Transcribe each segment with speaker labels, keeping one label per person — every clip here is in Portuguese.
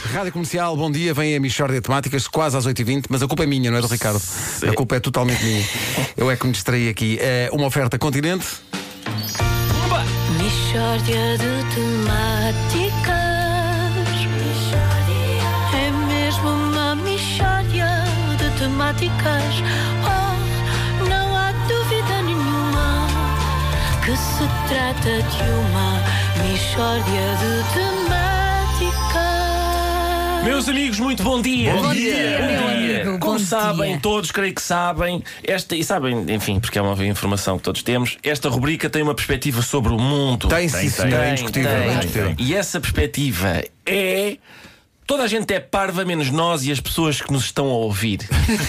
Speaker 1: Rádio Comercial, bom dia. Vem a Michórdia de Temáticas, quase às 8h20, mas a culpa é minha, não é do Ricardo? A culpa é totalmente minha. Eu é que me distraí aqui. É uma oferta continente.
Speaker 2: Mishória de temáticas. É mesmo uma mishória de temáticas. Oh, não há dúvida nenhuma que se trata de uma mishória de temáticas.
Speaker 3: Meus amigos, muito bom dia.
Speaker 4: Bom dia,
Speaker 3: Bom
Speaker 4: meu
Speaker 3: dia.
Speaker 4: amigo,
Speaker 3: Como
Speaker 4: bom
Speaker 3: sabem,
Speaker 4: dia.
Speaker 3: todos creio que sabem, esta, e sabem, enfim, porque é uma informação que todos temos, esta rubrica tem uma perspectiva sobre o mundo.
Speaker 1: Tem, sim, senhor, é
Speaker 3: Tem,
Speaker 1: indiscutível,
Speaker 3: tem,
Speaker 1: é
Speaker 3: tem.
Speaker 1: indiscutível.
Speaker 3: E essa perspectiva é. Toda a gente é parva, menos nós e as pessoas que nos estão a ouvir.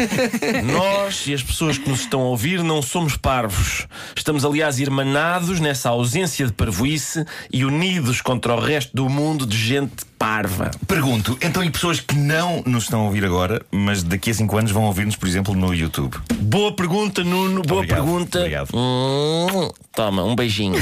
Speaker 3: nós e as pessoas que nos estão a ouvir não somos parvos. Estamos, aliás, irmanados nessa ausência de parvoíce e unidos contra o resto do mundo de gente parva.
Speaker 4: Pergunto, então e pessoas que não nos estão a ouvir agora, mas daqui a 5 anos vão ouvir-nos, por exemplo, no YouTube?
Speaker 3: Boa pergunta, Nuno. Boa
Speaker 4: Obrigado,
Speaker 3: pergunta.
Speaker 4: obrigado.
Speaker 3: Hum, toma, um beijinho.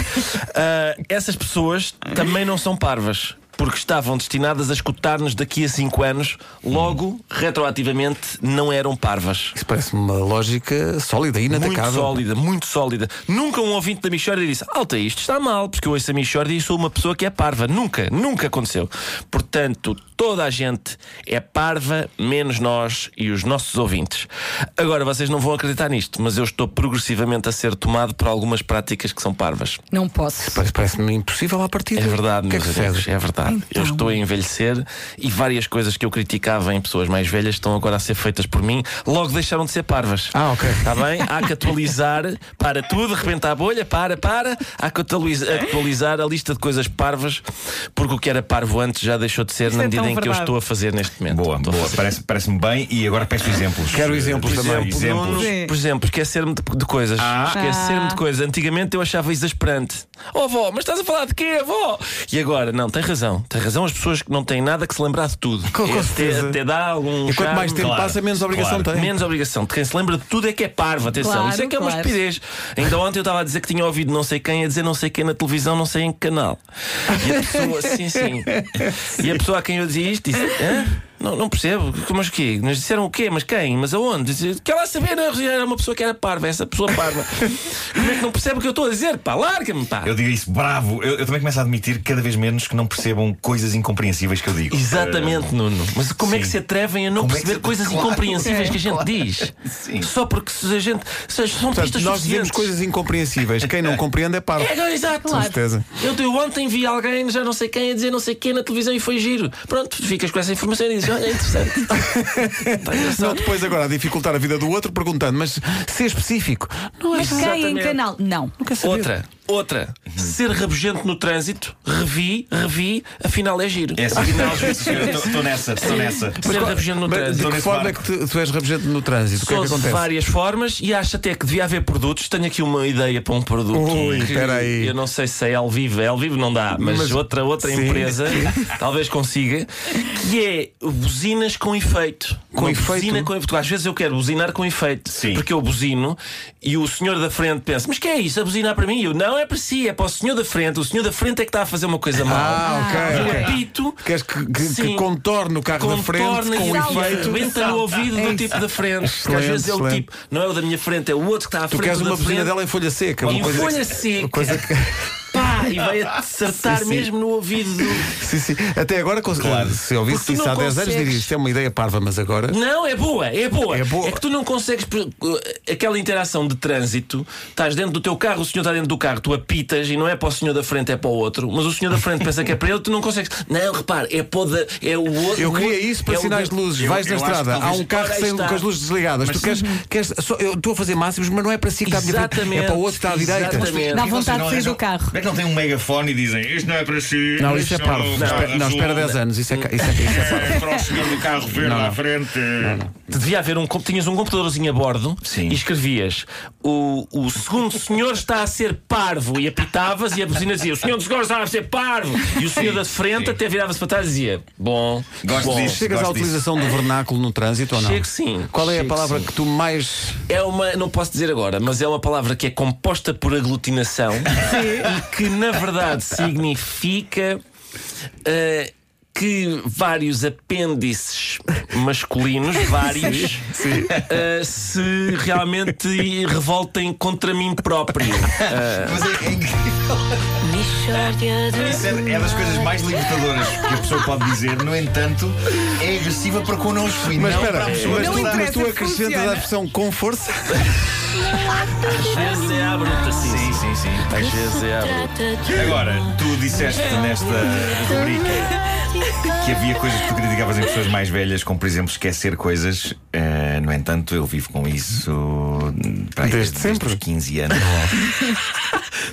Speaker 3: Ah, essas pessoas também não são parvas. Porque estavam destinadas a escutar-nos daqui a 5 anos, logo, retroativamente, não eram parvas.
Speaker 1: Isso parece-me uma lógica sólida,
Speaker 3: Muito
Speaker 1: inatacável.
Speaker 3: sólida, muito sólida. Nunca um ouvinte da Michórdia disse: Alta, isto está mal, porque eu ouço a Michórdia e sou uma pessoa que é parva. Nunca, nunca aconteceu. Portanto, toda a gente é parva, menos nós e os nossos ouvintes. Agora, vocês não vão acreditar nisto, mas eu estou progressivamente a ser tomado por algumas práticas que são parvas.
Speaker 5: Não posso.
Speaker 1: Parece- Parece-me impossível à partida.
Speaker 3: É verdade,
Speaker 1: O que é
Speaker 3: meus
Speaker 1: que
Speaker 3: amigos,
Speaker 1: sucede?
Speaker 3: é verdade. Eu
Speaker 5: Então.
Speaker 3: estou a envelhecer e várias coisas que eu criticava em pessoas mais velhas estão agora a ser feitas por mim, logo deixaram de ser parvas.
Speaker 1: Ah, ok.
Speaker 3: Está bem? Há que atualizar para tudo, arrebenta a bolha, para, para. Há que atualiz- atualizar a lista de coisas parvas, porque o que era parvo antes já deixou de ser na
Speaker 5: é
Speaker 3: medida
Speaker 5: tão
Speaker 3: em que eu
Speaker 5: verdade.
Speaker 3: estou a fazer neste momento.
Speaker 4: Boa,
Speaker 3: Estou a
Speaker 4: boa,
Speaker 3: fazer.
Speaker 4: parece- parece-me bem e agora peço exemplos.
Speaker 1: Quero
Speaker 4: Eh,
Speaker 1: exemplos Ah.
Speaker 4: por
Speaker 1: também.
Speaker 4: exemplo,
Speaker 3: Exemplo,
Speaker 4: Exemplos.
Speaker 3: por exemplo, esquecer-me de, de coisas. Ah. Esquecer-me de coisas. Antigamente eu achava exasperante. Oh, avó, mas estás a falar de quê, avó? E agora, não, tem razão. Tem razão as pessoas que não têm nada que se lembrar de tudo. É,
Speaker 1: Com- com
Speaker 3: Até-
Speaker 1: certeza.
Speaker 3: até, dá algum.
Speaker 1: E quanto mais
Speaker 3: charme.
Speaker 1: tempo
Speaker 4: Claro,
Speaker 1: passa, menos obrigação
Speaker 4: claro.
Speaker 1: tem.
Speaker 3: Menos obrigação. De quem se lembra de tudo é que é parvo, atenção.
Speaker 5: Claro,
Speaker 3: Isso é que é uma
Speaker 5: claro.
Speaker 3: estupidez. Ainda ontem eu estava a dizer que tinha ouvido não sei quem, a dizer não sei quem na televisão, não sei em que canal. E a pessoa, sim, sim. E a pessoa a quem eu dizia isto disse: Hã? Não, não percebo. assim? Mas o quê? Nos disseram o quê? Mas quem? Mas aonde? Disse, Quer lá saber? Era uma pessoa que era parva, essa pessoa parva. Como é que não percebe o que eu estou a dizer? Pá, larga-me, pá.
Speaker 4: Eu digo isso, bravo. Eu, eu também começo a admitir cada vez menos que não percebam coisas incompreensíveis que eu digo.
Speaker 3: Exatamente, Nuno. Mas como é que
Speaker 4: Eh, sim.
Speaker 3: se atrevem a não
Speaker 4: Como é que
Speaker 3: perceber
Speaker 4: se-
Speaker 3: coisas
Speaker 4: Claro.
Speaker 3: incompreensíveis que a gente diz?
Speaker 4: Sim.
Speaker 3: Só porque se a gente. Se são
Speaker 1: Portanto,
Speaker 3: pistas
Speaker 1: nós dizemos
Speaker 3: suficientes.
Speaker 1: coisas incompreensíveis. Quem não compreende é parvo.
Speaker 3: É, não, exato.
Speaker 1: Com certeza.
Speaker 3: Eu, eu ontem vi alguém, já não sei quem, a dizer não sei quem na televisão e foi giro. Pronto, ficas com essa informação e dizes: olha, é interessante. Tens razão.
Speaker 1: Não depois agora a dificultar a vida do outro perguntando, mas ser específico. Não é
Speaker 5: Mas quem em
Speaker 3: Exatamente.
Speaker 5: canal? Não.
Speaker 1: Não quer saber. Uhum.
Speaker 3: Outra, outra. Ser rabugento no trânsito, revi, revi, afinal é giro.
Speaker 4: É assim, estou nessa, estou nessa.
Speaker 3: Ser rabugento no
Speaker 1: Mas
Speaker 3: trânsito.
Speaker 1: de que
Speaker 4: nesse
Speaker 1: forma é que
Speaker 4: barco.
Speaker 1: tu, tu és rabugento no trânsito? O que é
Speaker 3: Sou
Speaker 1: que
Speaker 3: de
Speaker 1: acontece?
Speaker 3: várias formas e acho até que devia haver produtos. Tenho aqui uma ideia para um produto.
Speaker 1: Ui,
Speaker 3: que
Speaker 1: espera aí.
Speaker 3: Eu não sei se é ao vivo. É ao vivo não dá, mas,
Speaker 1: Mas-
Speaker 3: outra, outra
Speaker 1: Sim.
Speaker 3: empresa talvez consiga. Que é buzinas com efeito.
Speaker 1: Com
Speaker 3: Uma
Speaker 1: efeito?
Speaker 3: Buzina com, porque às vezes eu quero buzinar com efeito.
Speaker 4: Sim.
Speaker 3: Porque eu buzino e o senhor da frente pensa: Mas que é isso? A buzinar para mim? E Eu, não é para si, é para o senhor da frente. O senhor da frente é que está a fazer uma coisa mal.
Speaker 1: Ah, ok,
Speaker 3: eu
Speaker 1: ok.
Speaker 3: apito.
Speaker 1: Queres que, que- que
Speaker 3: Sim.
Speaker 1: contorne o carro da frente
Speaker 3: Contorna
Speaker 1: com
Speaker 3: e
Speaker 1: um
Speaker 5: salta.
Speaker 1: efeito?
Speaker 3: Rebenta no ouvido do tipo da frente. Porque às vezes é o
Speaker 1: excelente.
Speaker 3: tipo, não é o da minha frente, é o outro que está à
Speaker 1: Tu
Speaker 3: frente.
Speaker 1: queres
Speaker 3: o da
Speaker 1: uma buzina
Speaker 3: frente.
Speaker 1: dela em folha seca? Uma
Speaker 3: Em
Speaker 1: coisa-
Speaker 3: folha seca.
Speaker 1: uma coisa que-
Speaker 3: Pá, e vai acertar mesmo no ouvido do.
Speaker 1: Sim, sim. Até agora, cons- se eu ouvisse
Speaker 3: Porque tu
Speaker 1: isso
Speaker 3: não
Speaker 1: há 10 anos,
Speaker 3: consegues.
Speaker 1: diria isto é uma ideia parva, mas agora.
Speaker 3: Não, é boa, é boa.
Speaker 1: É boa.
Speaker 3: que tu não consegues. eh, Aquela interação de trânsito, estás dentro do teu carro, o senhor está dentro do carro, tu apitas e não é para o senhor da frente, é para o outro. Mas o senhor da frente pensa que é para ele, tu não consegues. Não, repare, é para o, da- é o outro.
Speaker 1: Eu queria isso para
Speaker 3: é o
Speaker 1: sinais de
Speaker 3: da-
Speaker 1: luzes.
Speaker 4: eu-
Speaker 1: Vais na
Speaker 4: eu acho que
Speaker 1: estrada, há
Speaker 4: talvez-
Speaker 1: um carro
Speaker 3: Ora, aí
Speaker 1: sem, com
Speaker 3: está.
Speaker 1: as luzes desligadas. tu queres. queres só- eu estou a fazer máximos, mas não é para si que está à minha frente. É
Speaker 3: Exatamente.
Speaker 1: para o outro que está à direita.
Speaker 3: Exatamente.
Speaker 5: Dá
Speaker 4: E vocês
Speaker 5: vontade
Speaker 4: não
Speaker 5: de Tá sair
Speaker 4: arranjam-
Speaker 5: do carro.
Speaker 4: Como é que não tem um megafone e dizem isto não é para si?
Speaker 1: Não, isso é parvo.
Speaker 3: Não,
Speaker 1: Espera- Não,
Speaker 4: um.
Speaker 1: espera 10 anos. Isso é, ca- isso é, isso é parvo.
Speaker 4: É para o senhor do carro verde
Speaker 1: Não, não.
Speaker 4: à frente.
Speaker 3: Devia haver um. comp- Tinhas um computadorzinho a bordo
Speaker 4: Sim.
Speaker 3: e escrevias o, o segundo senhor está a ser parvo e apitavas e a buzina dizia o senhor dos senhor está a ser parvo e o senhor da frente até virava-se para trás e dizia bom,
Speaker 4: Gosto
Speaker 3: bom.
Speaker 4: disto.
Speaker 1: Chegas à
Speaker 4: Gosto disso.
Speaker 1: utilização do vernáculo no trânsito ou não?
Speaker 3: Chego sim.
Speaker 1: Qual é a
Speaker 3: Chego
Speaker 1: palavra
Speaker 3: sim.
Speaker 1: que tu mais.
Speaker 3: É uma, não posso dizer agora, mas é uma palavra que é composta por aglutinação e que na verdade significa eh, que vários apêndices masculinos, vários, ah, se realmente revoltem contra mim próprio.
Speaker 4: Mas é, é incrível.
Speaker 2: Michórdia de
Speaker 4: Isso é, é das coisas mais libertadoras que a pessoa pode dizer. No entanto, é agressiva para connosco e
Speaker 1: Mas
Speaker 4: não
Speaker 1: espera,
Speaker 4: para a
Speaker 1: mas,
Speaker 4: pessoa.
Speaker 1: tu-
Speaker 5: interessa,
Speaker 1: mas tu acrescentas
Speaker 5: funciona.
Speaker 1: a versão com força?
Speaker 3: Às vezes é à bruta, sim.
Speaker 4: Sim, sim, sim.
Speaker 3: Às vezes é à bruta.
Speaker 2: Trata de
Speaker 4: Agora, tu disseste nesta rubrica que havia coisas que tu criticavas em pessoas mais velhas, como por exemplo esquecer coisas. Eh, no entanto, eu vivo com isso hum, para aí
Speaker 1: Desde sempre.
Speaker 4: os 15 anos.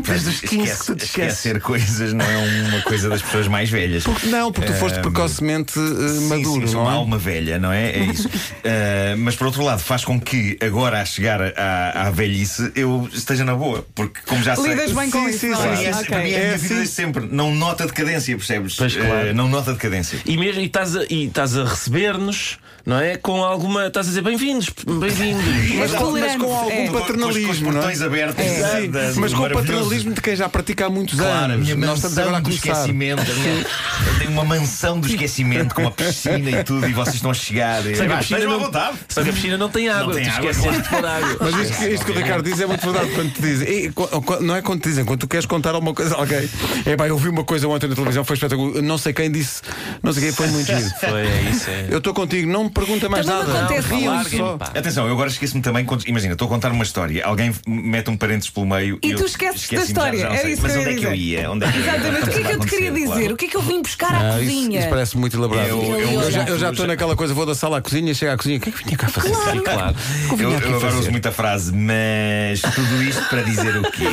Speaker 1: Desde os 15 que tu te
Speaker 4: Esquecer coisas não é uma coisa das pessoas mais velhas.
Speaker 1: Porque não, porque tu foste precocemente eh,
Speaker 4: Ehm, Sim,
Speaker 1: maduro,
Speaker 4: sim, sou
Speaker 1: não
Speaker 4: uma
Speaker 1: é?
Speaker 4: alma velha, não é? É isso. Ah, mas por outro lado, faz com que agora a chegar à, à velhice eu esteja na boa, porque como já sei.
Speaker 5: Lidas bem com
Speaker 1: Sim,
Speaker 5: isso.
Speaker 1: sim,
Speaker 5: não
Speaker 4: Para
Speaker 5: é?
Speaker 4: mim é,
Speaker 5: Ok.
Speaker 4: para mim é a minha
Speaker 1: É
Speaker 4: vida
Speaker 1: assim.
Speaker 4: desde sempre. Não nota decadência, percebes?
Speaker 3: Pois, claro.
Speaker 4: Eh, não nota decadência.
Speaker 3: E mesmo e estás a, e estás a receber-nos, não é? Com alguma. Estás a dizer bem-vindos, bem-vindos.
Speaker 4: tá-
Speaker 1: Mas, com- mas com
Speaker 5: tolerante,
Speaker 1: algum
Speaker 4: Com-
Speaker 5: é.
Speaker 4: com os
Speaker 1: Um paternalismo, não é?
Speaker 4: portões abertos. da-
Speaker 1: Sim,
Speaker 4: da-
Speaker 1: mas com
Speaker 4: do
Speaker 1: o
Speaker 4: maravilhoso.
Speaker 1: paternalismo de quem já pratica há muitos
Speaker 4: Claro, a
Speaker 1: anos.
Speaker 4: minha
Speaker 1: Nós
Speaker 4: mansão
Speaker 1: estamos agora a
Speaker 4: do
Speaker 1: começar.
Speaker 4: esquecimento. a minha- eu tenho uma mansão do esquecimento com uma piscina e tudo, e vocês estão a chegar. E,
Speaker 3: Só que a
Speaker 4: Vá,
Speaker 3: piscina
Speaker 4: estejam à
Speaker 3: não-
Speaker 4: vontade.
Speaker 3: Só que a piscina não tem água,
Speaker 4: tem
Speaker 3: tu
Speaker 4: água.
Speaker 3: esqueceste de pôr água.
Speaker 1: Mas isto, que- isto que o Ricardo diz é muito verdade quando te dizem. E, co- co- não é quando te dizem, quando tu queres contar alguma coisa a alguém. É pá, eu vi uma coisa ontem na televisão, foi espetacular. Não sei quem disse, não sei quem, foi muito giro.
Speaker 3: Foi, é isso, é.
Speaker 1: Eu estou contigo, não me pergunta mais
Speaker 5: Também me
Speaker 1: nada.
Speaker 5: acontece
Speaker 1: Riam
Speaker 5: isso.
Speaker 1: só.
Speaker 3: pá.
Speaker 4: Atenção, eu agora esqueço-me também quando. Imagina, estou a contar uma história, alguém mete um parênteses pelo meio
Speaker 5: E
Speaker 4: eu
Speaker 5: tu esqueces da
Speaker 4: esqueci-me,
Speaker 5: história,
Speaker 4: não
Speaker 5: era
Speaker 4: sei.
Speaker 5: isso
Speaker 4: Mas
Speaker 5: que eu
Speaker 4: onde é
Speaker 5: ia
Speaker 4: que eu
Speaker 5: dizer.
Speaker 4: ia? Onde é que eu ia?
Speaker 5: Exatamente. O que é que eu te queria
Speaker 4: Claro.
Speaker 5: dizer? O que é que eu vim buscar à
Speaker 1: Ah, isso,
Speaker 5: cozinha?
Speaker 1: isso parece muito elaborado.
Speaker 4: Eu- eu-
Speaker 1: Eu já- eu já
Speaker 4: eu
Speaker 1: estou
Speaker 4: já-
Speaker 1: naquela coisa, vou da sala à cozinha, chego à cozinha. O que é que vinha cá fazer?
Speaker 3: Sim, claro.
Speaker 1: O que
Speaker 4: Eu,
Speaker 1: vinha aqui
Speaker 4: eu agora
Speaker 1: fazer?
Speaker 4: uso muita frase, mas tudo isto para dizer o quê?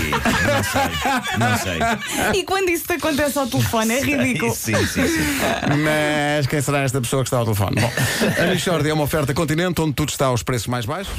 Speaker 4: Não sei, não sei.
Speaker 5: E quando isso te acontece ao telefone, é ridículo.
Speaker 4: Sim, sim, sim.
Speaker 1: Mas quem será esta pessoa que está ao telefone? Bom, a Michordia é uma oferta continente onde tudo está aos preços mais baixos.